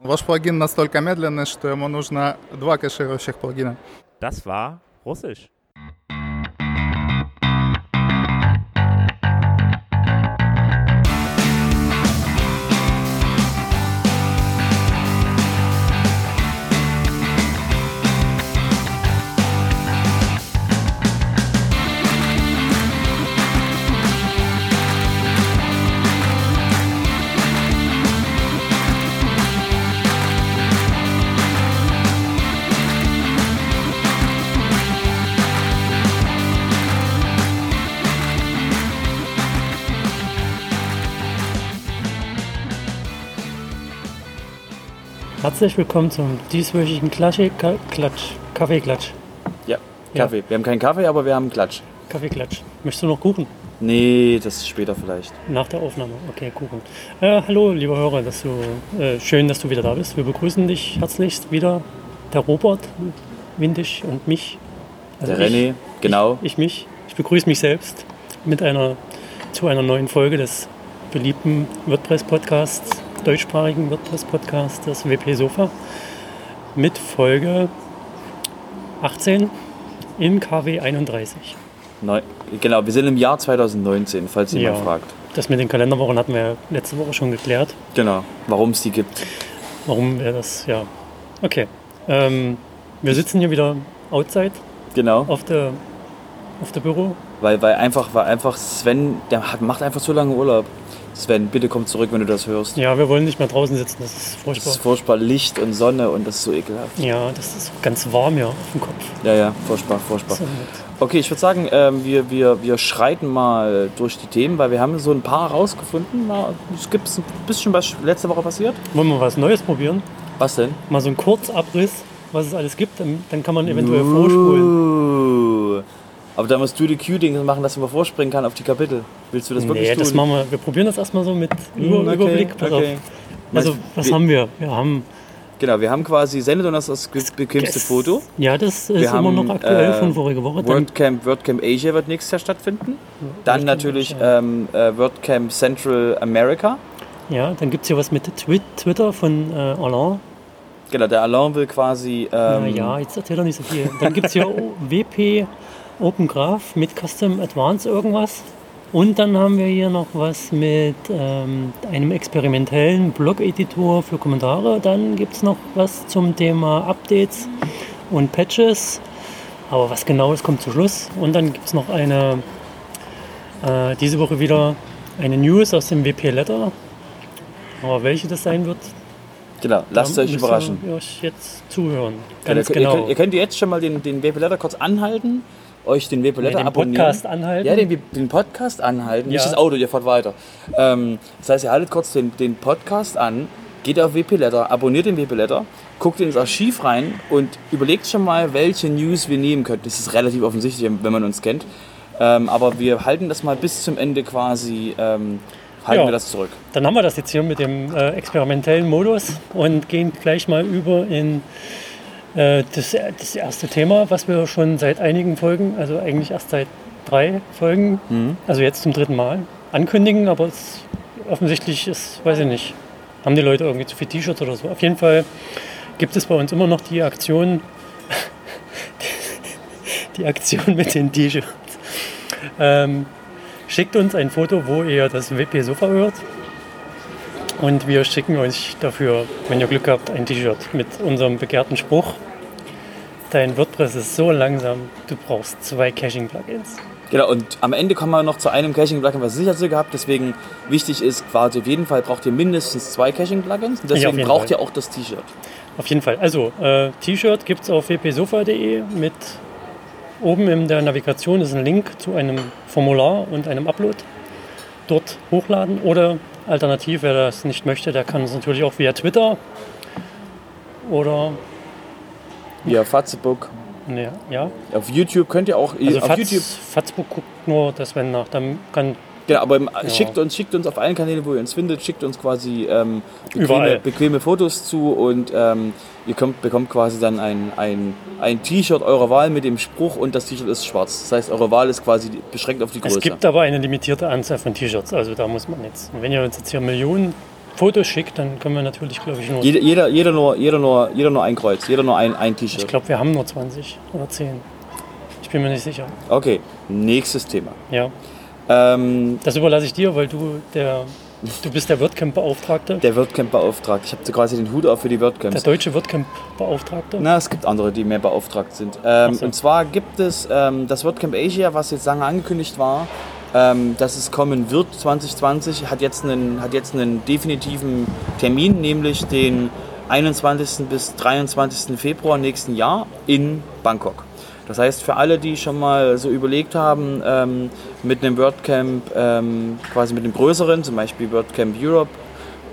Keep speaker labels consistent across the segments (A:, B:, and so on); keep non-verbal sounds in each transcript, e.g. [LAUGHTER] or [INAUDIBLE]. A: Ваш плагин настолько медленный, что ему нужно два кэширующих плагина.
B: Das war Russisch.
C: Herzlich willkommen zum dieswöchigen Klatsche, Ka Klatsch, Kaffeeklatsch,
D: Ja,
C: Ja.
D: Kaffee. Wir haben keinen Kaffee, aber wir haben einen Klatsch.
C: Kaffeeklatsch. Möchtest du noch Kuchen?
D: Nee, das ist später vielleicht.
C: Nach der Aufnahme. Okay, Kuchen. Äh, hallo, lieber Hörer, dass du, äh, schön, dass du wieder da bist. Wir begrüßen dich herzlichst wieder. Der Robert, Windisch und mich. Also
D: Der René, genau.
C: Ich mich. Ich begrüße mich selbst mit einer, zu einer neuen Folge des beliebten WordPress-Podcasts, deutschsprachigen WordPress-Podcasts, das WP Sofa, mit Folge 18 im KW 31.
D: Neu genau, wir sind im Jahr 2019, falls
C: Ja.
D: jemand fragt.
C: Das mit den Kalenderwochen hatten wir ja letzte Woche schon geklärt.
D: Genau, warum es die gibt.
C: Warum wäre das, ja. Okay. Ähm, wir sitzen hier wieder outside
D: Genau,
C: auf der, auf der Büro.
D: weil, weil einfach, weil einfach Sven, der hat, macht einfach so lange Urlaub. Sven, bitte komm zurück, wenn du das hörst.
C: Ja, wir wollen nicht mehr draußen sitzen, das ist
D: Das
C: furchtbar.
D: ist furchtbar Licht und Sonne und das ist so ekelhaft.
C: Ja, das ist ganz warm hier auf dem Kopf.
D: Ja, ja, furchtbar, furchtbar.
C: So,
D: Okay, ich würde sagen, ähm, wir, wir, wir schreiten mal durch die Themen, weil wir haben so ein paar rausgefunden. Na, Es gibt ein bisschen was letzte Woche passiert.
C: Wollen wir was Neues probieren?
D: Was denn?
C: Mal so einen Kurzabriss, was es alles gibt, dann, dann kann man eventuell vorspulen.
D: Uh. Aber da musst du die Q-Dinge machen, dass man vorspringen kann auf die Kapitel. Willst du das wirklich
C: Nee,
D: tun?
C: das machen wir. Wir probieren das erstmal so mit
D: Hm,
C: Über
D: okay,
C: Überblick. Pass
D: okay.
C: auf. Also, was
D: wir,
C: haben wir? Wir haben
D: Genau, wir haben quasi Sendedonnerstag das be- bequemste
C: das-
D: Foto.
C: Ja, das ist
D: Wir
C: immer
D: haben,
C: noch aktuell
D: äh,
C: von vorige Woche. Dann
D: WordCamp, WordCamp Asia wird nächstes Jahr stattfinden. Dann natürlich ähm, äh, WordCamp Central America.
C: Ja, dann gibt es hier was mit Twi Twitter von äh, Alain.
D: Genau, der Alain will quasi... Ähm,
C: Na Ah, ja, jetzt erzähl doch nicht so viel. Dann gibt es
D: [LAUGHS]
C: hier O- WP Open Graph mit Custom Advanced irgendwas. Und dann haben wir hier noch was mit ähm, einem experimentellen Blog-Editor für Kommentare. Dann gibt es noch was zum Thema Updates und Patches. Aber was genau, das kommt zum Schluss. Und dann gibt es noch eine, äh, diese Woche wieder eine News aus dem WP Letter. Aber welche das sein wird,
D: Genau, lasst
C: da
D: euch
C: müsst ihr
D: überraschen.
C: euch jetzt zuhören.
D: Ja,
C: Ganz
D: ihr,
C: genau.
D: ihr, könnt, ihr könnt jetzt schon mal den, den Vape Letter kurz anhalten, euch den Vape Letter
C: den
D: abonnieren.
C: Podcast anhalten.
D: Ja, den, den Podcast anhalten, nicht
C: Ja.
D: das Auto, ihr fahrt weiter. Ähm, das heißt, ihr haltet kurz den, den Podcast an, geht auf WP Letter, abonniert den WP Letter, guckt ins Archiv rein und überlegt schon mal, welche News wir nehmen könnten. Das ist relativ offensichtlich, wenn man uns kennt. Ähm, aber wir halten das mal bis zum Ende quasi, ähm, halten
C: Ja.
D: wir das zurück.
C: Dann haben wir das jetzt hier mit dem äh, experimentellen Modus und gehen gleich mal über in äh, das, das erste Thema, was wir schon seit einigen Folgen, also eigentlich erst seit drei Folgen, also jetzt zum dritten Mal, ankündigen, aber es offensichtlich ist, weiß ich nicht, haben die Leute irgendwie zu viele T-Shirts oder so. Auf jeden Fall gibt es bei uns immer noch die Aktion, [LAUGHS] die Aktion mit den T-Shirts. Ähm, schickt uns ein Foto, wo ihr das WP Sofa hört. Und wir schicken euch dafür, wenn ihr Glück habt, ein T-Shirt mit unserem begehrten Spruch. Dein WordPress ist so langsam, du brauchst zwei Caching-Plugins.
D: Genau, und am Ende kommen wir noch zu einem Caching-Plugin, was sicher zu gehabt. Deswegen wichtig ist quasi auf jeden Fall braucht ihr mindestens zwei Caching-Plugins. Und
C: Ja, auf
D: deswegen
C: jeden
D: braucht
C: Fall.
D: ihr auch das T-Shirt.
C: Auf jeden Fall. Also, äh, T-Shirt gibt es auf wpsofa.de mit oben in der Navigation ist ein Link zu einem Formular und einem Upload. Dort hochladen oder alternativ, wer das nicht möchte, der kann es natürlich auch via Twitter oder
D: Via Fazebook.
C: ne, ja,
D: Auf YouTube könnt ihr auch.
C: also
D: auf YouTube.
C: Fats, Fatzburg guckt nur das Wenn nach, dann kann
D: Genau, aber im, schickt uns, schickt uns auf allen Kanälen, wo ihr uns findet, schickt uns quasi ähm, bequeme,
C: Überall.
D: bequeme Fotos zu und ähm, ihr kommt, bekommt quasi dann ein, ein, ein T-Shirt eurer Wahl mit dem Spruch und das T-Shirt ist schwarz. Das heißt, eure Wahl ist quasi beschränkt auf die Größe.
C: Es gibt aber eine limitierte Anzahl von T-Shirts, also da muss man jetzt. Und wenn ihr uns jetzt hier Millionen Fotos schickt, dann können wir natürlich, glaube ich, nur.
D: Jeder, jeder, jeder, nur, jeder, nur, jeder nur ein Kreuz, jeder nur ein, ein
C: Ich
D: T-Shirt.
C: glaube, wir haben nur 20 oder 10. Ich bin mir nicht sicher.
D: Okay, nächstes Thema.
C: Ja,
D: Ähm,
C: das überlasse ich dir, weil du der, du bist der WordCamp-Beauftragte,
D: der WordCamp-Beauftragte. Ich habe so quasi den Hut auf für die
C: der
D: WordCamps.
C: deutsche WordCamp-Beauftragte.
D: Na, es gibt andere, die mehr beauftragt sind. Ähm,
C: Ach so.
D: Und zwar gibt es ähm, das WordCamp Asia, was jetzt lange angekündigt war, ähm, dass es kommen wird 2020, hat jetzt, einen, hat jetzt einen definitiven Termin, nämlich den 21. bis 23. Februar nächsten Jahr in Bangkok. Das heißt, für alle, die schon mal so überlegt haben, ähm, mit einem WordCamp, ähm, quasi mit einem größeren, zum Beispiel WordCamp Europe,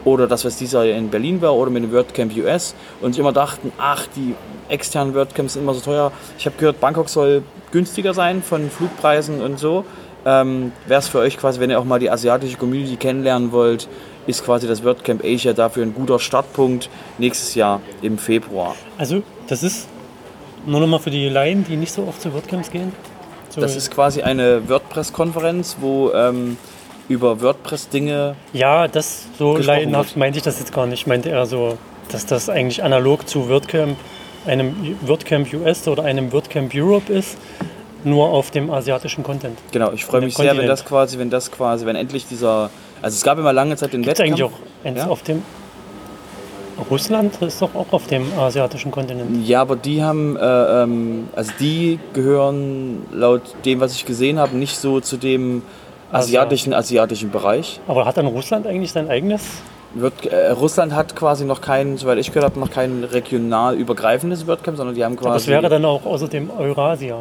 D: oder das, was dieser in Berlin war, oder mit dem WordCamp US und sich immer dachten, ach, die externen WordCamps sind immer so teuer. Ich habe gehört, Bangkok soll günstiger sein von Flugpreisen und so. Ähm, Wäre es für euch quasi, wenn ihr auch mal die asiatische Community kennenlernen wollt, ist quasi das WordCamp Asia dafür ein guter Startpunkt nächstes Jahr im Februar.
C: Also, das ist nur nochmal für die Laien, die nicht so oft zu WordCamps gehen. So,
D: Das ist quasi eine WordPress-Konferenz, wo ähm, über WordPress-Dinge
C: ja, das so
D: gesprochen
C: laienhaft
D: wird.
C: meinte ich das jetzt gar nicht. Meinte er so, dass das eigentlich analog zu WordCamp, einem WordCamp US oder einem WordCamp Europe ist, nur auf dem asiatischen Kontent.
D: Genau, ich freue
C: Von dem
D: mich sehr, wenn
C: Kontinent.
D: das quasi, wenn das quasi, wenn endlich dieser, also es gab immer lange Zeit den
C: Gibt es
D: Wettkampf.
C: eigentlich auch eins
D: Ja.
C: auf dem. Russland ist doch auch auf dem asiatischen Kontinent.
D: Ja, aber die haben, äh, ähm, also die gehören laut dem, was ich gesehen habe, nicht so zu dem asiatischen, asiatischen Bereich.
C: Aber hat dann Russland eigentlich sein eigenes?
D: Wird, äh, Russland hat quasi noch kein, soweit ich gehört habe, noch kein regional übergreifendes WordCamp, sondern die haben quasi.
C: Aber es wäre dann auch außerdem Eurasia.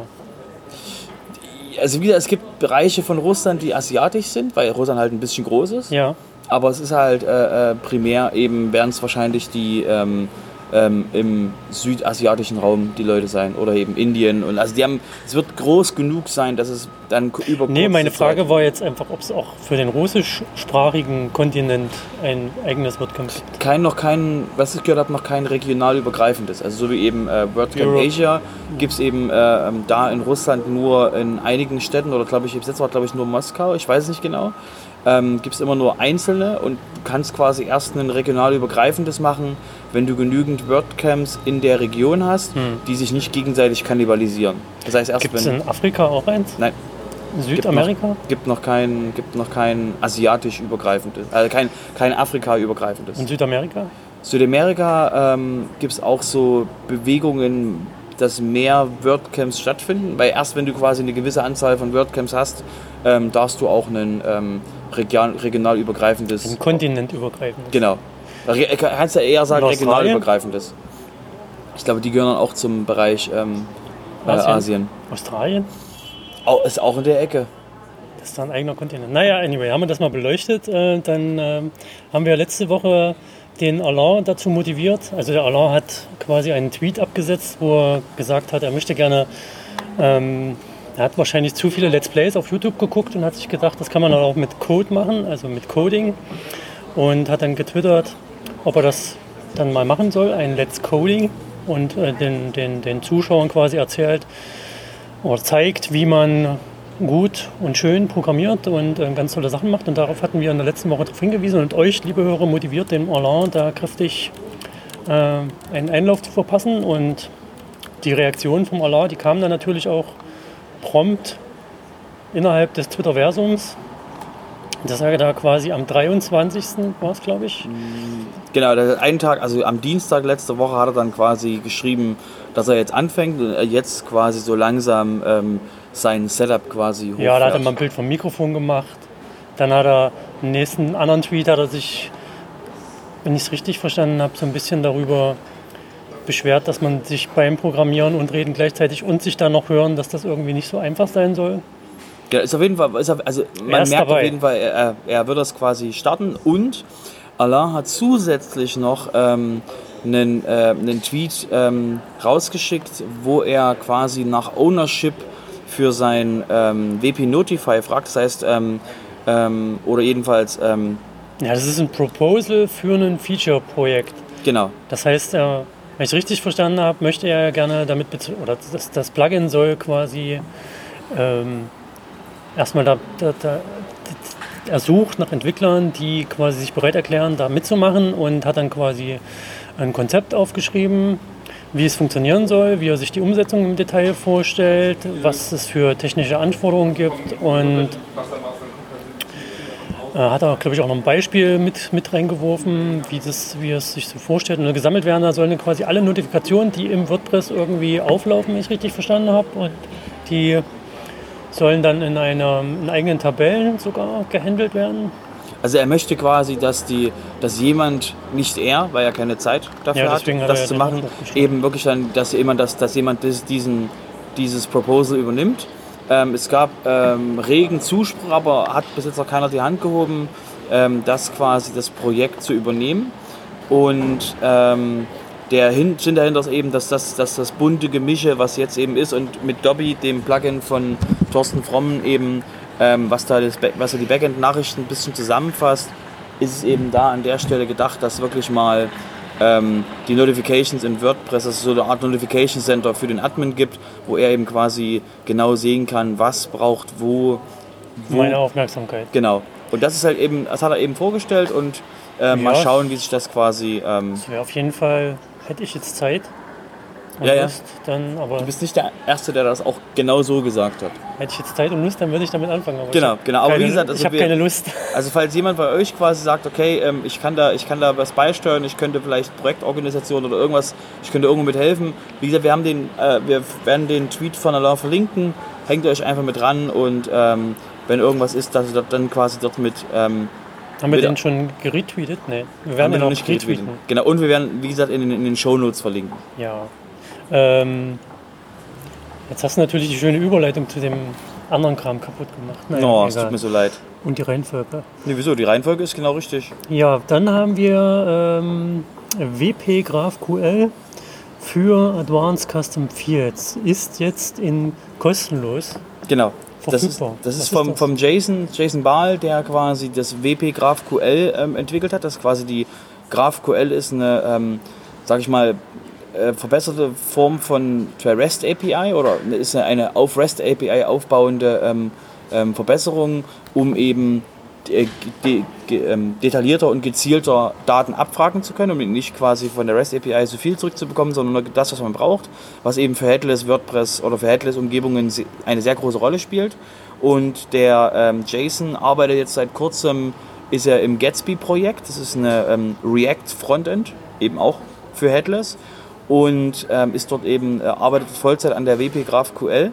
D: also wieder, es gibt Bereiche von Russland, die asiatisch sind, weil Russland halt ein bisschen groß ist.
C: Ja.
D: Aber es ist halt äh, äh, primär eben, werden es wahrscheinlich die ähm, ähm, im südasiatischen Raum die Leute sein oder eben Indien. Und also die haben, es wird groß genug sein, dass es dann k- über.
C: Nee,
D: kurze
C: meine
D: Zeit-
C: Frage war jetzt einfach, ob es auch für den russischsprachigen Kontinent ein eigenes WordCamp gibt.
D: Kein, noch kein, was ich gehört habe, noch kein regional übergreifendes. Also so wie eben äh, WordCamp
C: Europe.
D: Asia gibt es eben äh, ähm, da in Russland nur in einigen Städten oder glaube ich, jetzt war glaube ich nur Moskau, ich weiß es nicht genau, ähm, gibt es immer nur einzelne und du kannst quasi erst ein regional übergreifendes machen, wenn du genügend WordCamps in der Region hast, die sich nicht gegenseitig kannibalisieren. Das heißt erst,
C: Gibt es
D: wenn...
C: in Afrika auch eins?
D: Nein,
C: Südamerika?
D: gibt noch kein, gibt noch kein asiatisch übergreifendes, also kein, kein Afrika übergreifendes.
C: In Südamerika?
D: Südamerika ähm, gibt es auch so Bewegungen, dass mehr WordCamps stattfinden, weil erst wenn du quasi eine gewisse Anzahl von WordCamps hast, ähm, darfst du auch ein ähm, regional, regional übergreifendes.
C: Ein kontinentübergreifendes.
D: Genau. Re äh, kannst ja eher sagen
C: In
D: regional
C: Australien?
D: übergreifendes. Ich glaube, die gehören dann auch zum Bereich ähm, äh,
C: Asien?
D: Asien.
C: Australien?
D: Au- ist auch in der Ecke.
C: Das ist da ein eigener Kontinent. Naja, anyway, haben wir das mal beleuchtet. Äh, Dann ähm, haben wir letzte Woche den Alain dazu motiviert. Also der Alain hat quasi einen Tweet abgesetzt, wo er gesagt hat, er möchte gerne, ähm, er hat wahrscheinlich zu viele Let's Plays auf YouTube geguckt und hat sich gedacht, das kann man auch mit Code machen, also mit Coding. Und hat dann getwittert, ob er das dann mal machen soll, ein Let's Coding. Und äh, den, den, den Zuschauern quasi erzählt, oder zeigt, wie man gut und schön programmiert und äh, ganz tolle Sachen macht. Und darauf hatten wir in der letzten Woche darauf hingewiesen und euch, liebe Hörer, motiviert, den Orlan da kräftig äh, einen Einlauf zu verpassen. Und die Reaktionen vom Orlan, die kamen dann natürlich auch prompt innerhalb des Twitter-Versums. Das war da quasi am 23. war es, glaube ich.
D: Genau, der hat einen Tag, also am Dienstag letzte Woche hat er dann quasi geschrieben, dass er jetzt anfängt und er jetzt quasi so langsam ähm, sein Setup quasi hochfährt.
C: Ja, da hat er mal ein Bild vom Mikrofon gemacht. Dann hat er im nächsten anderen Tweet hat er sich, wenn ich es richtig verstanden habe, so ein bisschen darüber beschwert, dass man sich beim Programmieren und Reden gleichzeitig und sich dann noch hören, dass das irgendwie nicht so einfach sein soll.
D: Ja, ist auf jeden Fall, ist auf, also man
C: Er ist
D: merkt auf
C: dabei.
D: jeden Fall, er, er- er wird das quasi starten und Alain hat zusätzlich noch ähm, einen, äh, einen Tweet ähm, rausgeschickt, wo er quasi nach Ownership für sein ähm, WP Notify fragt, das heißt, ähm, ähm, oder jedenfalls, ähm,
C: Ja, das ist ein Proposal für ein Feature-Projekt.
D: genau,
C: Das heißt, äh, wenn ich es richtig verstanden habe, möchte er gerne damit, bez- oder das, das Plugin soll quasi ähm, erstmal da, da, da, er sucht nach Entwicklern, die quasi sich bereit erklären, da mitzumachen und hat dann quasi ein Konzept aufgeschrieben, wie es funktionieren soll, wie er sich die Umsetzung im Detail vorstellt, was es für technische Anforderungen gibt und äh, hat er, glaube ich, auch noch ein Beispiel mit, mit reingeworfen, wie, das, wie er es sich so vorstellt. Und gesammelt werden, da sollen quasi alle Notifikationen, die im WordPress irgendwie auflaufen, wenn ich richtig verstanden habe. Und die sollen dann in, einer, in eigenen Tabellen sogar gehandelt werden.
D: Also er möchte quasi, dass die, dass jemand, nicht er, weil er keine Zeit dafür
C: Ja,
D: hat,
C: deswegen hat
D: das
C: er ja
D: zu
C: den
D: machen,
C: Antrag geschrieben.
D: eben wirklich dann, dass jemand, dass, dass jemand dies, diesen, dieses Proposal übernimmt. Ähm, es gab ähm, regen Zuspruch, aber hat bis jetzt noch keiner die Hand gehoben, ähm, das quasi das Projekt zu übernehmen. Und ähm, der Hin- Sinn dahinter ist eben, dass das, dass das bunte Gemische, was jetzt eben ist, und mit Dobby, dem Plugin von Thorsten Frommen, eben, ähm, was da das, Back- was so die Backend-Nachrichten ein bisschen zusammenfasst, ist es eben da an der Stelle gedacht, dass wirklich mal ähm, die Notifications in WordPress, dass es so eine Art Notification Center für den Admin gibt, wo er eben quasi genau sehen kann, was braucht wo. wo
C: Meine Aufmerksamkeit.
D: genau. Und das ist halt eben, das hat er eben vorgestellt und äh, mal
C: Ja.
D: schauen, wie sich das quasi. Ähm,
C: Das wäre auf jeden Fall, hätte ich jetzt Zeit. Und
D: Ja, ja.
C: Lust, dann, aber
D: Du bist nicht der Erste, der das auch genau so gesagt hat.
C: hätte ich jetzt Zeit und Lust, dann würde ich damit anfangen. Aber ich
D: Genau,
C: hab
D: genau. Aber
C: keine,
D: wie gesagt, also
C: ich habe
D: wir-
C: keine Lust. [LAUGHS]
D: Also falls jemand bei euch quasi sagt, okay, ähm, ich, kann da, ich kann da was beisteuern, ich könnte vielleicht Projektorganisation oder irgendwas, ich könnte irgendwo mithelfen. Wie gesagt, wir, haben den, äh, wir werden den Tweet von Alain verlinken, hängt euch einfach mit dran und ähm, wenn irgendwas ist, dass ihr dort dann quasi dort mit... Ähm,
C: Haben wir
D: Bitte.
C: den schon geretweetet? Nee, wir werden
D: wir
C: den
D: noch
C: auch
D: nicht
C: retweeten.
D: retweeten. Genau, und wir werden, wie gesagt, in, den- in den Shownotes verlinken.
C: Ja. Ähm, jetzt hast du natürlich die schöne Überleitung zu dem anderen Kram kaputt gemacht. Naja,
D: Oh, es
C: egal.
D: tut mir so leid.
C: Und die Reihenfolge.
D: Nee, wieso? Die Reihenfolge ist genau richtig.
C: Ja, dann haben wir ähm, WP GraphQL für Advanced Custom Fields. Ist jetzt in kostenlos.
D: Genau. Das ist,
C: Verfügbar.
D: das
C: Was
D: ist
C: ist
D: vom,
C: das?
D: vom Jason, Jason Bahl, der quasi das WP GraphQL ähm, entwickelt hat. Das ist quasi die GraphQL ist eine, ähm, sag ich mal, äh, verbesserte Form von der REST API oder ist eine- eine auf REST API aufbauende ähm, ähm, Verbesserung, um eben äh, de, ge, ähm, detaillierter und gezielter Daten abfragen zu können, um nicht quasi von der REST API so viel zurückzubekommen, sondern nur das, was man braucht, was eben für Headless WordPress oder für Headless Umgebungen se- eine sehr große Rolle spielt. Und der ähm, Jason arbeitet jetzt seit kurzem, ist er im Gatsby-Projekt, das ist eine ähm, React-Frontend, eben auch für Headless, und ähm, ist dort eben, äh, arbeitet Vollzeit an der WP GraphQL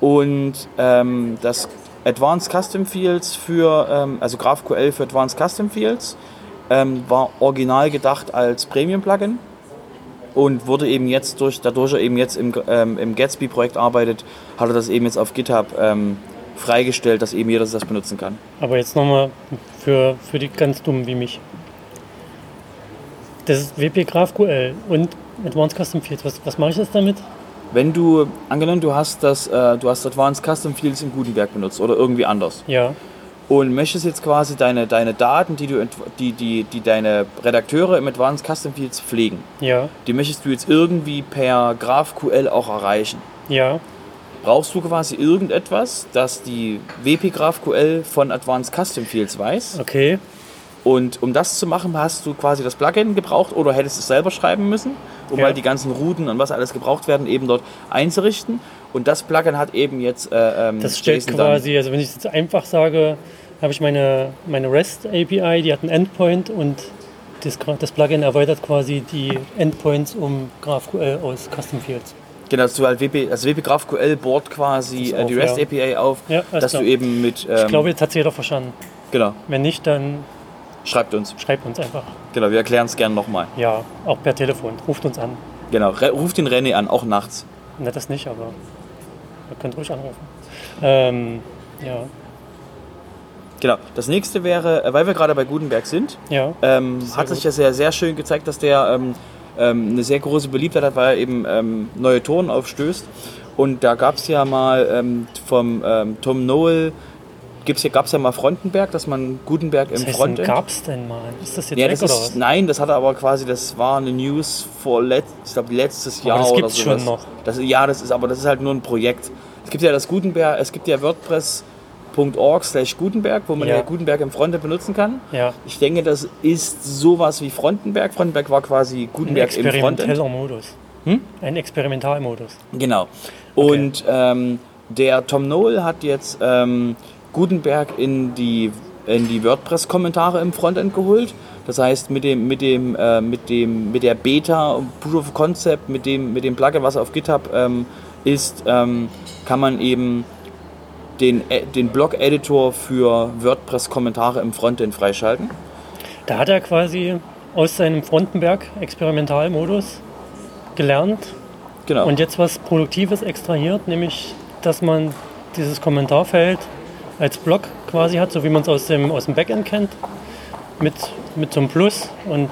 D: und ähm, das Advanced Custom Fields für, ähm, also GraphQL für Advanced Custom Fields, ähm, war original gedacht als Premium-Plugin und wurde eben jetzt durch, dadurch er eben jetzt im, ähm, im Gatsby-Projekt arbeitet, hat er das eben jetzt auf GitHub ähm, freigestellt, dass eben jeder das benutzen kann.
C: Aber jetzt nochmal für, für die ganz Dummen wie mich. Das ist WP GraphQL und Advanced Custom Fields. Was, was mache ich jetzt damit?
D: Wenn du, angenommen, du hast das, äh, du hast Advanced Custom Fields in Gutenberg benutzt oder irgendwie anders
C: Ja.
D: und möchtest jetzt quasi deine, deine Daten, die, du, ent- die, die, die deine Redakteure im Advanced Custom Fields pflegen,
C: Ja,
D: die möchtest du jetzt irgendwie per GraphQL auch erreichen.
C: ja,
D: Brauchst du quasi irgendetwas, das die WP GraphQL von Advanced Custom Fields weiß?
C: okay.
D: Und um das zu machen, hast du quasi das Plugin gebraucht oder hättest es selber schreiben müssen, um
C: Ja.
D: halt die ganzen Routen und was alles gebraucht werden, eben dort einzurichten. Und das Plugin hat eben jetzt äh, ähm,
C: Das stellt
D: Jason dann-
C: quasi, also wenn ich es jetzt einfach sage, habe ich meine, meine REST-API, die hat einen Endpoint und das, Gra- das Plugin erweitert quasi die Endpoints um GraphQL aus Custom Fields.
D: Genau, dass du halt WP, also WP GraphQL bohrt quasi
C: Das
D: äh, die
C: auf,
D: REST
C: ja.
D: API auf,
C: Ja, alles
D: dass
C: klar.
D: du eben mit. Ähm,
C: Ich glaube, jetzt hat es jeder verstanden.
D: genau,
C: Wenn nicht, dann
D: schreibt uns.
C: schreibt uns einfach.
D: Genau, wir erklären es gerne nochmal.
C: Ja, auch per Telefon. Ruft uns an.
D: Genau, re- ruft den René an, auch nachts.
C: Na, das nicht, aber ihr könnt ruhig anrufen. Ähm, ja,
D: Genau, das nächste wäre, äh, weil wir gerade bei Gutenberg sind,
C: ja,
D: ähm,
C: sehr
D: hat sich
C: gut.
D: ja sehr, sehr schön gezeigt, dass der ähm, ähm, eine sehr große Beliebtheit hat, weil er eben ähm, neue Toren aufstößt. Und da gab es ja mal ähm, vom ähm, Tom Noel, gibt's hier, gab es ja mal Frontenberg, dass man Gutenberg im
C: was heißt denn,
D: Frontend...
C: gab's denn mal? Ist das jetzt
D: Ja,
C: weg
D: das
C: oder
D: ist,
C: was?
D: nein, das hatte aber quasi, das war eine News vor let, ich glaub, letztes Jahr
C: das
D: oder
C: gibt's
D: sowas.
C: schon noch.
D: Das, ja, das ist, aber das ist halt nur ein Projekt. Es gibt ja das Gutenberg, es gibt ja WordPress www.org slash Gutenberg, wo man
C: Ja.
D: ja Gutenberg im Frontend benutzen kann.
C: Ja,
D: Ich denke, das ist sowas wie Frontenberg. Frontenberg war quasi
C: ein
D: Gutenberg im Frontend.
C: experimenteller Modus.
D: Hm?
C: Ein Experimentalmodus.
D: Genau. Und ähm, der Tom Noel hat jetzt ähm, Gutenberg in die, in die WordPress-Kommentare im Frontend geholt. Das heißt, mit dem, mit dem, äh, mit dem, mit der Beta und Proof of Concept, mit dem, mit dem Plugin, was auf GitHub ähm, ist, ähm, kann man eben den, äh, den Blog-Editor für WordPress-Kommentare im Frontend freischalten.
C: Da hat er quasi aus seinem Frontenberg Experimentalmodus gelernt
D: Genau.
C: und jetzt was Produktives extrahiert, nämlich dass man dieses Kommentarfeld als Block quasi hat, so wie man es aus dem, aus dem Backend kennt, mit, mit so einem Plus und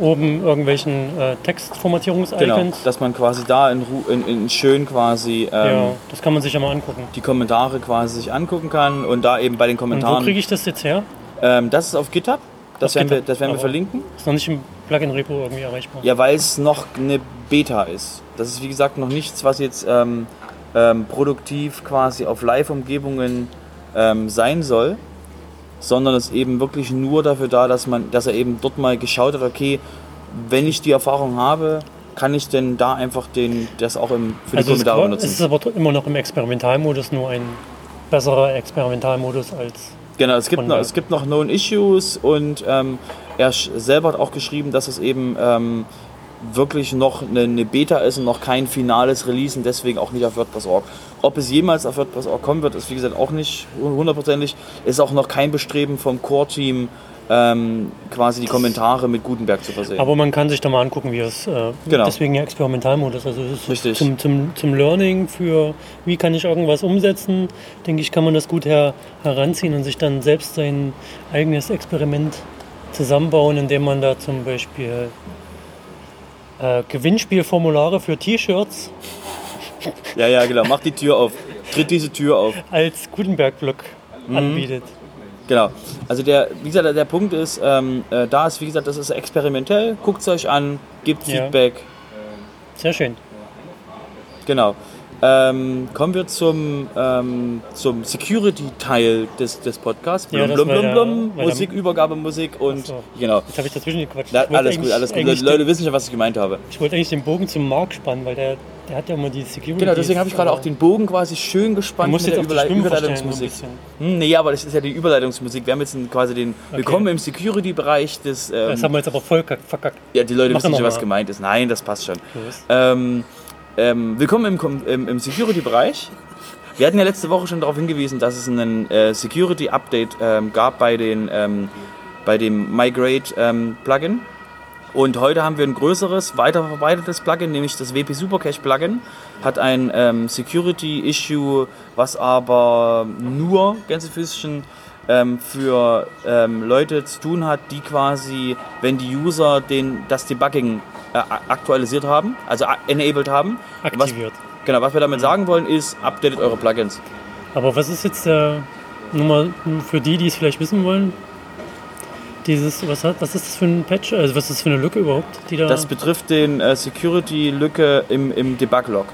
C: oben irgendwelchen äh,
D: genau.
C: Textformatierungs-Icons.
D: Dass man quasi da in, Ru- in, in schön quasi ähm,
C: ja, das kann man sich ja mal angucken.
D: die Kommentare quasi sich angucken kann und da eben bei den
C: Und wo
D: Kommentaren.
C: kriege ich das jetzt her?
D: ähm, das ist auf GitHub. Das
C: Auf
D: werden, Wir,
C: GitHub.
D: das werden wir
C: Aber-
D: verlinken.
C: Ist noch nicht im Plugin-Repo irgendwie erreichbar.
D: Ja, weil es noch eine Beta ist. Das ist wie gesagt noch nichts, was jetzt ähm, ähm, produktiv quasi auf Live-Umgebungen ähm, sein soll, sondern es ist eben wirklich nur dafür da, dass man, dass er eben dort mal geschaut hat, okay, wenn ich die Erfahrung habe, kann ich denn da einfach den, das auch im, für die
C: Also es ist,
D: Kommentare
C: qua- es ist
D: benutzen.
C: aber tr- immer noch im Experimentalmodus, nur ein besserer Experimentalmodus als
D: Genau, es gibt,
C: Von
D: noch,
C: der-
D: es gibt noch Known Issues und ähm, er sch- selber hat auch geschrieben, dass es eben ähm, wirklich noch eine, eine Beta ist und noch kein finales Release und deswegen auch nicht auf WordPress.org. Ob es jemals auf WordPress.org kommen wird, ist wie gesagt auch nicht hundertprozentig. Ist auch noch kein Bestreben vom Core-Team, ähm, quasi die Kommentare mit Gutenberg zu versehen.
C: Aber man kann sich da mal angucken, wie es. Äh,
D: Genau.
C: Deswegen ja Experimentalmodus. Also es
D: Richtig.
C: ist zum, zum, zum Learning für, wie kann ich irgendwas umsetzen, denke ich, kann man das gut her, heranziehen und sich dann selbst sein eigenes Experiment zusammenbauen, indem man da zum Beispiel äh, Gewinnspielformulare für T-Shirts
D: ja, ja, genau. Mach die Tür auf. Tritt diese Tür auf.
C: als Gutenberg-Block
D: Mhm.
C: anbietet.
D: Genau. Also der, wie gesagt, der Punkt ist, ähm, äh, da ist, wie gesagt, das ist experimentell. Guckt es euch an, gebt
C: Ja.
D: Feedback.
C: Sehr schön.
D: Genau. Ähm, kommen wir zum, ähm, zum Security-Teil des, des Podcasts.
C: Ja,
D: Blum,
C: das
D: blum,
C: war
D: blum,
C: der-
D: blum.
C: war der-
D: Musik, Übergabe, Musik und
C: Ach so.
D: genau.
C: Jetzt habe ich dazwischen gequatscht.
D: Na,
C: Ich wollte
D: alles gut,
C: eigentlich-
D: alles gut.
C: eigentlich
D: Leute, Leute wissen schon, was ich gemeint habe.
C: den, ich wollte eigentlich den Bogen zum Marc spannen, weil der, der hat ja immer die Security.
D: Genau, deswegen habe ich gerade auch den Bogen quasi schön gespannt
C: Man muss jetzt
D: mit der
C: auf die
D: Überlei-
C: Stimmen verstellen, so ein
D: Überleitungsmusik.
C: bisschen.
D: Hm, nee, aber das ist ja die Überleitungsmusik. Wir haben jetzt einen- quasi den Willkommen im Security-Bereich des.
C: Äh, Das haben
D: Ähm,
C: wir jetzt aber voll kack- verkackt.
D: ja, die Leute
C: Mach
D: wissen
C: doch
D: schon,
C: mal.
D: was gemeint ist. Nein, das passt schon.
C: Los.
D: Ähm, ähm, willkommen im, Kom- im, im Security-Bereich. Wir hatten ja letzte Woche schon darauf hingewiesen, dass es ein äh, Security-Update ähm, gab bei, den, ähm, bei dem Migrate-Plugin. und heute haben wir ein größeres, weiter verbreitetes Plugin, nämlich das WP Supercache Plugin. Hat ein ähm, Security-Issue, was aber nur, Gänsefüßchen, ähm, für ähm, Leute zu tun hat, die quasi, wenn die User den, das Debugging äh, aktualisiert haben, also a- enabled haben. Und Was,
C: Aktiviert.
D: genau, was wir damit sagen wollen ist, updatet eure Plugins.
C: Aber was ist jetzt der, nur mal für die, die es vielleicht wissen wollen, dieses, was, hat, was ist das für ein Patch, also was ist das für eine Lücke überhaupt, die da,
D: Das
C: das,
D: betrifft den äh, Security-Lücke im, im Debug-Log.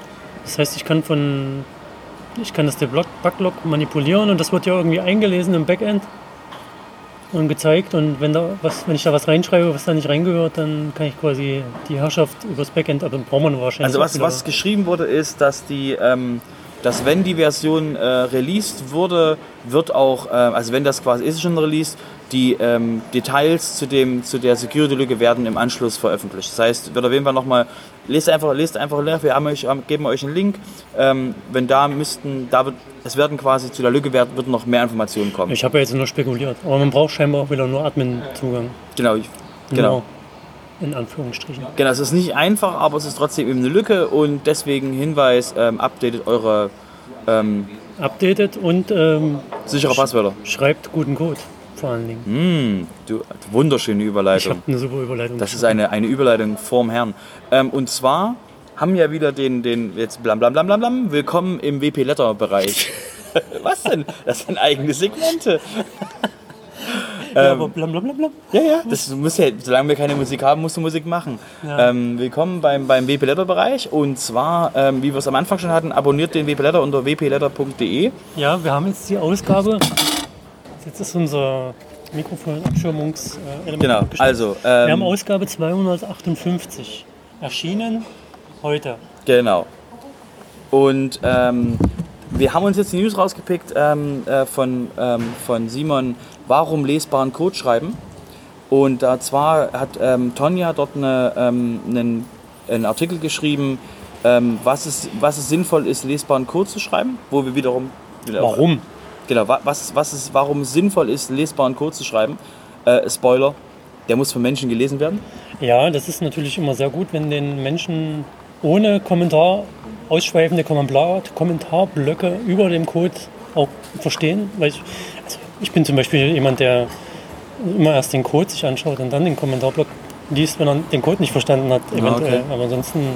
C: heißt, ich kann von, ich kann das der Block, Backlog manipulieren und das wird ja irgendwie eingelesen im Backend und gezeigt und wenn, da was, wenn ich da was reinschreibe, was da nicht reingehört, dann kann ich quasi die Herrschaft übers Backend, aber dann braucht man wahrscheinlich
D: Also
C: auch
D: was,
C: wieder-
D: was geschrieben wurde, ist, dass die, ähm, dass wenn die Version äh, released wurde, wird auch, äh, also wenn das quasi ist schon released, die ähm, Details zu dem, zu der Security-Lücke werden im Anschluss veröffentlicht. Das heißt, wird auf jeden Fall nochmal, lest einfach, lest einfach, nach, wir haben euch, haben- geben euch einen Link. Ähm, wenn da müssten, da wird, es werden quasi zu der Lücke werden, wird noch mehr Informationen kommen.
C: Ich habe ja jetzt nur spekuliert, aber man braucht scheinbar auch wieder nur Admin-Zugang.
D: genau, ich, genau.
C: In Anführungsstrichen.
D: Genau, es ist nicht einfach, aber es ist trotzdem eben eine Lücke und deswegen Hinweis, ähm, updatet eure ähm,
C: Updatet und ähm,
D: sichere Passwörter.
C: schreibt guten Code, vor allen Dingen.
D: Mm, du, wunderschöne
C: Ich habe
D: Überleitung.
C: eine super Überleitung.
D: Also, Das ist eine, eine Überleitung vorm Herrn. Ähm, und zwar haben ja wieder den, den jetzt blam blam blam blam blam, willkommen
C: [LAUGHS]
D: im WP-Letter-Bereich. Was denn? Das sind eigene Segmente.
C: Ja, aber
D: ähm,
C: blam, blam, blam, blam.
D: Ja, ja. Das muss ja, solange wir keine Musik haben, musst du Musik machen.
C: Ja.
D: Ähm, willkommen beim, beim WP Letter Bereich und zwar, ähm, wie wir es am Anfang schon hatten, abonniert den WP Letter E. unter wpletter.de.
C: Ja, wir haben jetzt die Ausgabe. Jetzt ist unser Mikrofon-Abschirmungselement.
D: Genau,
C: abgeschnitten.
D: also,
C: wir haben
D: ähm,
C: Ausgabe 258 erschienen heute.
D: genau. Und ähm, wir haben uns jetzt die News rausgepickt ähm, äh, von, ähm, von Simon, warum lesbaren Code schreiben. Und da zwar hat ähm, Tonja dort eine, ähm, einen, einen Artikel geschrieben, ähm, was, es, was es sinnvoll ist, lesbaren Code zu schreiben, wo wir wiederum. wieder-
C: Warum?
D: Genau, wa- was, was ist, warum es sinnvoll ist, lesbaren Code zu schreiben. Äh, Spoiler, der muss von Menschen gelesen werden.
C: Ja, das ist natürlich immer sehr gut, wenn den Menschen ohne Kommentar ausschweifende Kommentar, Kommentarblöcke über dem Code auch verstehen. Weil ich, also ich bin zum Beispiel jemand, der immer erst den Code sich anschaut und dann den Kommentarblock liest, wenn er den Code nicht verstanden hat, eventuell.
D: okay.
C: Aber ansonsten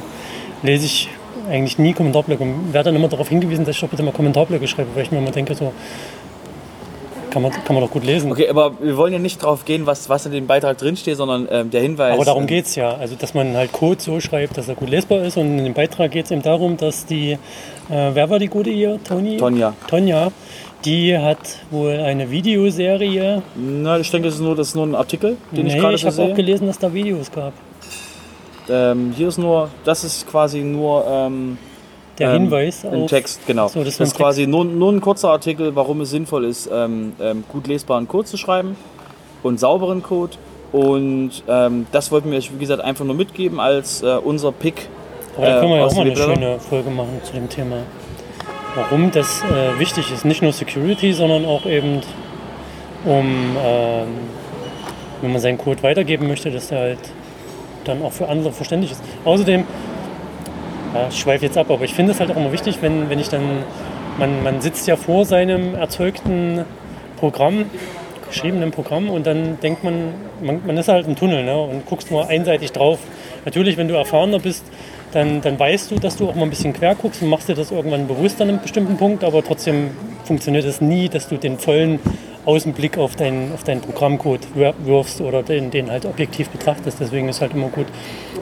C: lese ich eigentlich nie Kommentarblöcke und werde dann immer darauf hingewiesen, dass ich doch bitte mal Kommentarblöcke schreibe, weil ich mir immer denke, so kann man, kann man doch gut lesen.
D: Okay, aber wir wollen ja nicht drauf gehen, was, was in dem Beitrag drinsteht, sondern ähm, der Hinweis.
C: Aber darum
D: ähm,
C: geht es ja. Also, dass man halt Code so schreibt, dass er gut lesbar ist. Und in dem Beitrag geht es eben darum, dass die, äh, wer war die gute hier? Toni?
D: Tonja.
C: Tonja, die hat wohl eine Videoserie.
D: Na, ich denke, das ist nur, das ist nur ein Artikel, den ich
C: nee,
D: gerade
C: ich
D: so
C: habe auch
D: sehe.
C: gelesen, dass da Videos gab.
D: Ähm, hier ist nur, das ist quasi nur ähm,
C: Der
D: ähm,
C: Hinweis
D: ein
C: auf.
D: Text, genau.
C: So, das
D: das
C: war ein
D: ist quasi nur, nur ein kurzer Artikel, warum es sinnvoll ist, ähm, ähm, gut lesbaren Code zu schreiben und sauberen Code. Und ähm, das wollten wir euch, wie gesagt, einfach nur mitgeben als äh, unser Pick.
C: Aber da können wir
D: äh,
C: ja
D: aus
C: auch mal
D: dem
C: eine
D: Weblog.
C: schöne Folge machen zu dem Thema. Warum das äh, wichtig ist. Nicht nur Security, sondern auch eben um, ähm, wenn man seinen Code weitergeben möchte, dass der halt dann auch für andere verständlich ist. Außerdem, ja, ich schweife jetzt ab, aber ich finde es halt auch immer wichtig, wenn, wenn ich dann, man, man sitzt ja vor seinem erzeugten Programm, geschriebenen Programm und dann denkt man, man, man ist halt im Tunnel ne, und guckst nur einseitig drauf. Natürlich, wenn du erfahrener bist, dann, dann weißt du, dass du auch mal ein bisschen quer guckst und machst dir das irgendwann bewusst an einem bestimmten Punkt, aber trotzdem funktioniert es nie, dass du den vollen Außenblick auf deinen, auf deinen Programmcode wir- wirfst oder den, den halt objektiv betrachtest. Deswegen ist halt immer gut,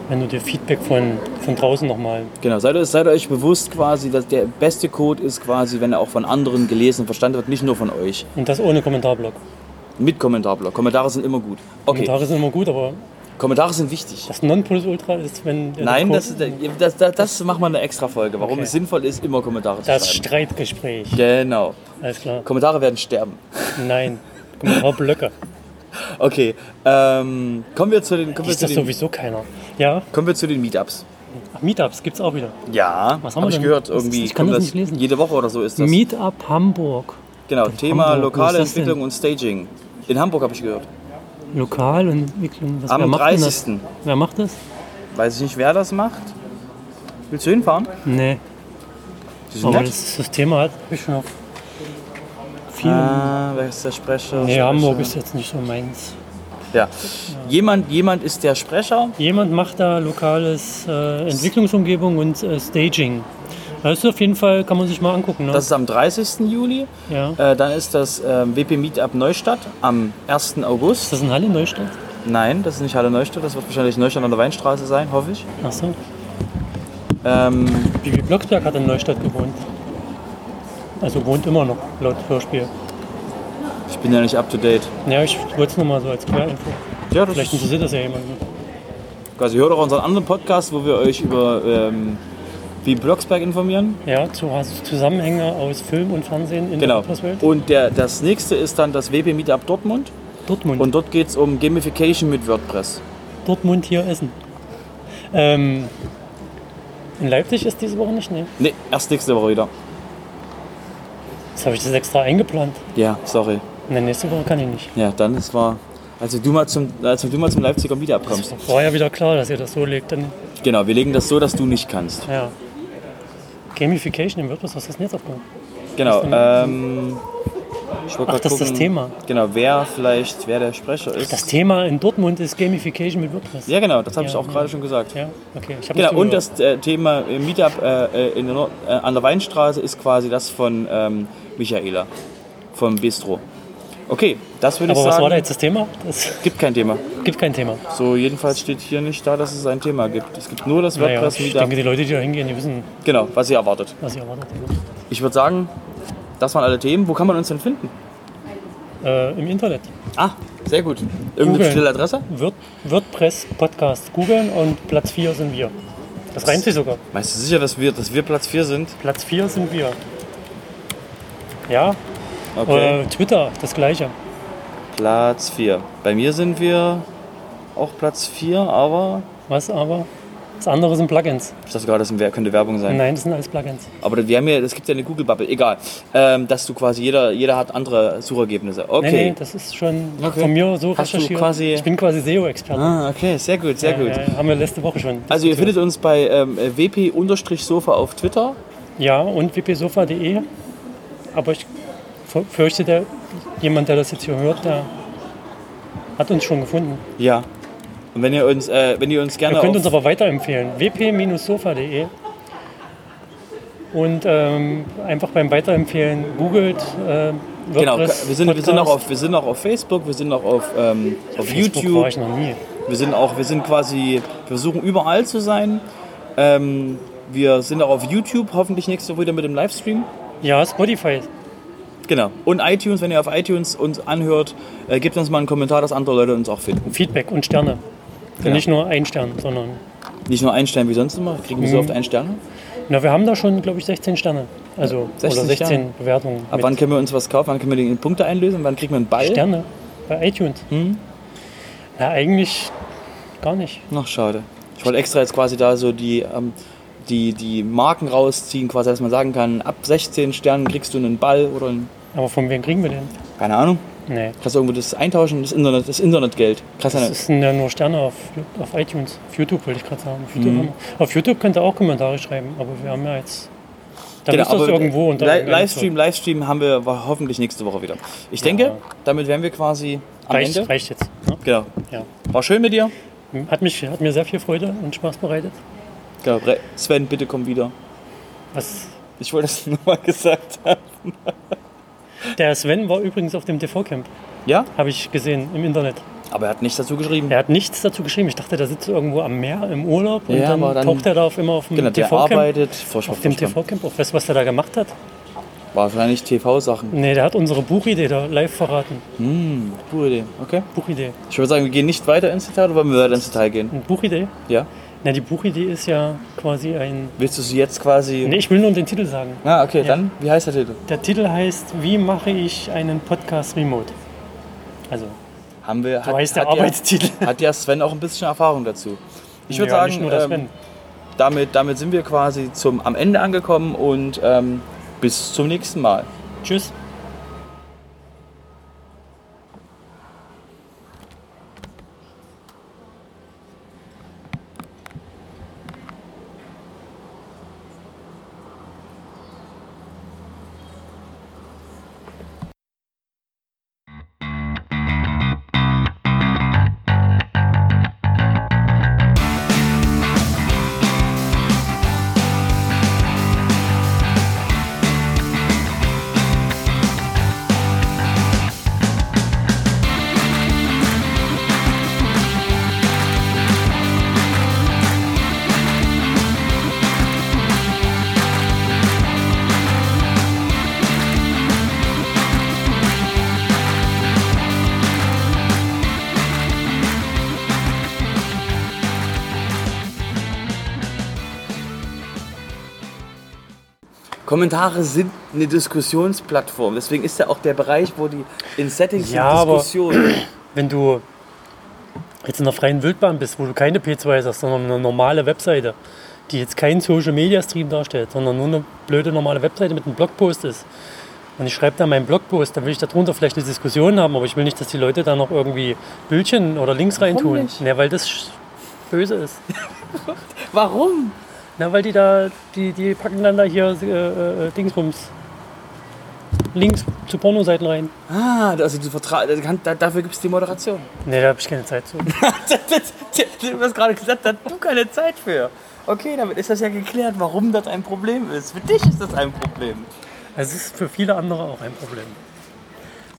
C: wenn du dir Feedback von, von draußen nochmal
D: Genau, seid, euch- seid euch bewusst quasi, dass der beste Code ist quasi, wenn er auch von anderen gelesen und verstanden wird, nicht nur von euch.
C: und das ohne Kommentarblock.
D: Mit Kommentarblock. Kommentare sind immer gut. Okay,
C: Kommentare sind immer gut, aber
D: Kommentare sind wichtig.
C: das Nonplusultra ist, wenn der
D: Nein,
C: Code-
D: das, das, das, das machen wir eine extra Folge, warum
C: Okay.
D: es sinnvoll ist, immer Kommentare zu
C: das
D: schreiben.
C: Streitgespräch.
D: Genau.
C: Alles klar.
D: Kommentare werden sterben.
C: Nein. [LAUGHS] Kommentarblöcke.
D: Okay, ähm, kommen wir zu den, kommen wir
C: Ist
D: zu
C: das
D: den,
C: sowieso keiner. Ja,
D: kommen wir zu den Meetups.
C: ach, Meetups gibt's auch wieder.
D: Ja,
C: Was haben wir
D: habe ich
C: denn?
D: gehört.
C: Das ist-
D: Irgendwie
C: ich kann
D: kommt
C: das nicht lesen.
D: Jede Woche oder so ist das.
C: Meetup Hamburg.
D: genau, Thema
C: Hamburg, wo
D: lokale
C: ist das denn?
D: Entwicklung und Staging. In Hamburg habe ich gehört.
C: Lokal und Entwicklung. Was,
D: Am
C: wer macht denn das?
D: 30.
C: Wer macht das?
D: Weiß ich nicht, wer das macht. Willst du hinfahren?
C: Nee.
D: Die sind
C: Aber
D: nett.
C: das, das Thema hat mich schon auf vielen.
D: Ah, wer ist der Sprecher?
C: nee,
D: Sprecher.
C: Hamburg ist jetzt nicht so meins.
D: Ja. Jemand, jemand ist der Sprecher.
C: Jemand macht da lokales äh, Entwicklungsumgebung und äh, Staging. Das ist auf jeden Fall, kann man sich mal angucken. Ne?
D: Das ist am 30. Juli.
C: ja. Ist
D: Äh, dann ist das ähm, WP Meetup Neustadt am 1. August.
C: das in Halle Neustadt?
D: Nein, das ist nicht Halle Neustadt. Das wird wahrscheinlich Neustadt an der Weinstraße sein, hoffe ich.
C: Achso.
D: Ähm,
C: Bibi Blocksberg hat in Neustadt gewohnt. Also wohnt immer noch, laut Hörspiel.
D: ich bin ja nicht up to date.
C: Ja, ich wollte es nur mal so als Querinfo.
D: Ja, das
C: Vielleicht
D: ist
C: interessiert das ja jemanden.
D: quasi. Hört auch unseren anderen Podcast, wo wir euch über ähm, wie Blocksberg informieren.
C: Ja, zu also Zusammenhänge aus Film und Fernsehen in
D: Genau.
C: der Podcast-Welt.
D: Und der, das nächste ist dann das WP Meetup Dortmund.
C: Dortmund.
D: Und dort geht es um Gamification mit WordPress.
C: Dortmund hier essen. Ähm, in Leipzig ist diese Woche nicht, ne?
D: Nee, erst nächste Woche wieder.
C: Jetzt habe ich das extra eingeplant.
D: Ja, sorry.
C: In der nächsten Woche kann ich nicht.
D: Ja, dann es war. Also du mal zum, also du mal zum Leipziger Meetup kommst.
C: War ja wieder klar, dass ihr das so legt. Dann,
D: Genau, wir legen das so, dass du nicht kannst.
C: ja. Gamification im WordPress, was ist das denn jetzt aufgenommen?
D: Genau.
C: denn-
D: Ähm, ich wollte
C: Ach,
D: grad
C: das ist das
D: gucken,
C: Thema.
D: Genau, wer vielleicht, wer der Sprecher ist.
C: Das Thema in Dortmund ist Gamification mit WordPress.
D: ja, genau, das habe ich
C: Ja,
D: auch
C: ja.
D: gerade schon gesagt.
C: Ja, okay. Ich hab
D: Genau,
C: nicht
D: und
C: zugehört.
D: das äh, Thema im Meetup äh, äh, in der Nord äh, an der Weinstraße ist quasi das von ähm, Michaela vom Bistro. Okay, das würde ich
C: Aber was war da
D: sagen.
C: jetzt das Thema? Es
D: gibt kein Thema.
C: gibt kein Thema.
D: So, jedenfalls steht hier nicht da, dass es ein Thema gibt. Es gibt nur das
C: Naja,
D: WordPress
C: ich
D: Meetup.
C: denke, die Leute, die da hingehen, die wissen,
D: Genau, was ihr erwartet.
C: was sie erwartet.
D: Ich würde sagen, das waren alle Themen. Wo kann man uns denn finden?
C: Äh, Im Internet.
D: Ah, sehr gut. Irgendeine
C: Google.
D: spezielle Adresse?
C: Word, WordPress Podcast googeln und Platz 4 sind wir. Das reimt sich sogar.
D: Weißt du sicher, dass wir, dass wir Platz 4 sind?
C: Platz 4 sind wir. Ja,
D: Okay.
C: äh, Twitter, das gleiche.
D: Platz 4. Bei mir sind wir auch Platz 4, aber
C: Was aber? Das andere sind Plugins.
D: ich dachte gerade, das sind- könnte Werbung sein.
C: Nein, das sind alles Plugins.
D: Aber wir haben ja, es gibt ja eine Google-Bubble, egal. Ähm, dass du quasi, jeder, jeder hat andere Suchergebnisse. Okay.
C: Nein, nee, das ist schon
D: Okay.
C: von mir so
D: Hast du
C: recherchiert.
D: quasi-
C: ich bin quasi SEO-Experte.
D: Ah, okay, sehr gut, sehr gut.
C: Ja, ja, haben wir letzte Woche schon.
D: Also ihr findet uns bei ähm, wp-sofa auf Twitter.
C: Ja, und wpsofa.de. Aber ich ver- fürchte, der, jemand, der das jetzt hier hört, der hat uns schon gefunden.
D: Ja. Und wenn ihr uns, äh, wenn ihr uns gerne
C: Ihr könnt
D: auf-
C: uns aber weiterempfehlen. wp-sofa.de. E. Und ähm, einfach beim Weiterempfehlen googelt. Äh,
D: Genau, wir
C: WordPress
D: sind, wir, sind auch
C: Podcast.
D: auf, wir sind auch auf Facebook, wir sind auch auf, ähm, auf
C: Facebook
D: YouTube,
C: War ich noch nie.
D: wir sind auch, wir sind quasi, wir versuchen überall zu sein. Ähm, wir sind auch auf YouTube, hoffentlich nächste Woche wieder mit dem Livestream.
C: Ja, Spotify.
D: Genau. Und iTunes, wenn ihr auf iTunes uns anhört, äh, gebt uns mal einen Kommentar, dass andere Leute uns auch finden.
C: Feedback und Sterne. Und
D: Genau.
C: Nicht nur ein Stern, sondern.
D: Nicht nur einen Stern wie sonst immer, kriegen wir so oft einen Stern.
C: Na, wir haben da schon, glaube ich, 16 Sterne. Also,
D: 16
C: oder 16
D: Sterne.
C: Bewertungen.
D: Ab
C: mit
D: wann können wir uns was kaufen? Wann können wir die Punkte einlösen? Wann kriegen wir einen Ball?
C: Sterne bei iTunes?
D: Hm?
C: Na, eigentlich gar nicht.
D: Ach, schade. Ich wollte extra jetzt quasi da so die, ähm, die, die Marken rausziehen, quasi, dass man sagen kann, ab 16 Sternen kriegst du einen Ball oder einen,
C: Aber von wem kriegen wir den?
D: keine Ahnung,
C: Nee.
D: kannst du irgendwo das eintauschen, das Internet, das Internetgeld. Krass,
C: Das
D: ne?
C: ist- sind ja nur Sterne auf, auf iTunes. Auf YouTube wollte ich gerade sagen. Auf YouTube,
D: Mhm.
C: haben wir- auf YouTube könnt ihr auch Kommentare schreiben, aber wir haben ja jetzt. Da
D: Genau,
C: müsst ihr es
D: aber
C: irgendwo unter.
D: Li Livestream, Livestream haben wir wa- hoffentlich nächste Woche wieder. Ich denke, damit wären wir quasi am
C: Reicht,
D: Ende.
C: reicht jetzt. ne?
D: Genau.
C: Ja.
D: War schön mit dir.
C: Hat, mich, hat mir sehr viel Freude und Spaß bereitet.
D: Genau. Re- Sven, bitte komm wieder.
C: Was,
D: Ich wollte das [LAUGHS] nur mal gesagt haben.
C: der Sven war übrigens auf dem TV-Camp,
D: Ja?
C: habe ich gesehen im Internet.
D: Aber er hat nichts dazu geschrieben.
C: Er hat nichts dazu geschrieben. Ich dachte, der sitzt irgendwo am Meer im Urlaub und
D: Ja,
C: dann,
D: aber dann-
C: taucht er da auf immer auf dem
D: Genau, der
C: TV-Camp.
D: arbeitet. Furchtbar,
C: Auf dem
D: furchtbar.
C: TV-Camp auf. Weißt du, was der da gemacht hat?
D: Wahrscheinlich TV-Sachen.
C: Nee, der hat unsere Buchidee da live verraten.
D: Hm, gute Idee. Okay.
C: Buchidee.
D: Ich würde sagen, wir gehen nicht weiter ins Detail, oder wollen wir weiter ins Detail gehen?
C: Eine Buchidee?
D: Ja?
C: Na, die Buchidee ist ja quasi ein.
D: Willst du sie jetzt quasi.
C: Nee, ich will nur den Titel sagen.
D: Ah, okay, dann, wie heißt der Titel?
C: Der Titel heißt Wie mache ich einen Podcast remote? Also,
D: Haben wir.
C: so heißt der
D: hat,
C: Arbeitstitel.
D: ja, hat ja Sven auch ein bisschen Erfahrung dazu. Ich würde
C: ja,
D: sagen,
C: nicht nur das
D: ähm,
C: Wenn.
D: damit, damit sind wir quasi zum, am Ende angekommen und ähm, bis zum nächsten Mal.
C: Tschüss.
D: Kommentare sind eine Diskussionsplattform. Deswegen ist ja auch der Bereich, wo die in Settings
C: Ja, aber-
D: Diskussionen. [CLEARS THROAT]
C: Wenn du jetzt in der freien Wildbahn bist, wo du keine P2S hast, sondern eine normale Webseite, die jetzt keinen Social Media Stream darstellt, sondern nur eine blöde normale Webseite mit einem Blogpost ist. Und ich schreibe da meinen Blogpost, dann will ich darunter vielleicht eine Diskussion haben, aber ich will nicht, dass die Leute da noch irgendwie Bildchen oder Links reintun.
D: nicht?
C: Ja, weil das sch- böse ist.
D: Warum?
C: Na, weil die da, die, die packen dann da hier äh, äh, Dingsbums. Links zu Pornoseiten rein.
D: Ah, also du vertra da kann- da- dafür gibt es die [LAUGHS] Moderation.
C: Ne, da habe ich keine Zeit zu.
D: du hast gerade gesagt, da hast du keine Zeit für. Okay, damit ist das ja geklärt, warum das ein Problem ist. Für dich ist das ein Problem.
C: Es ist für viele andere auch ein Problem.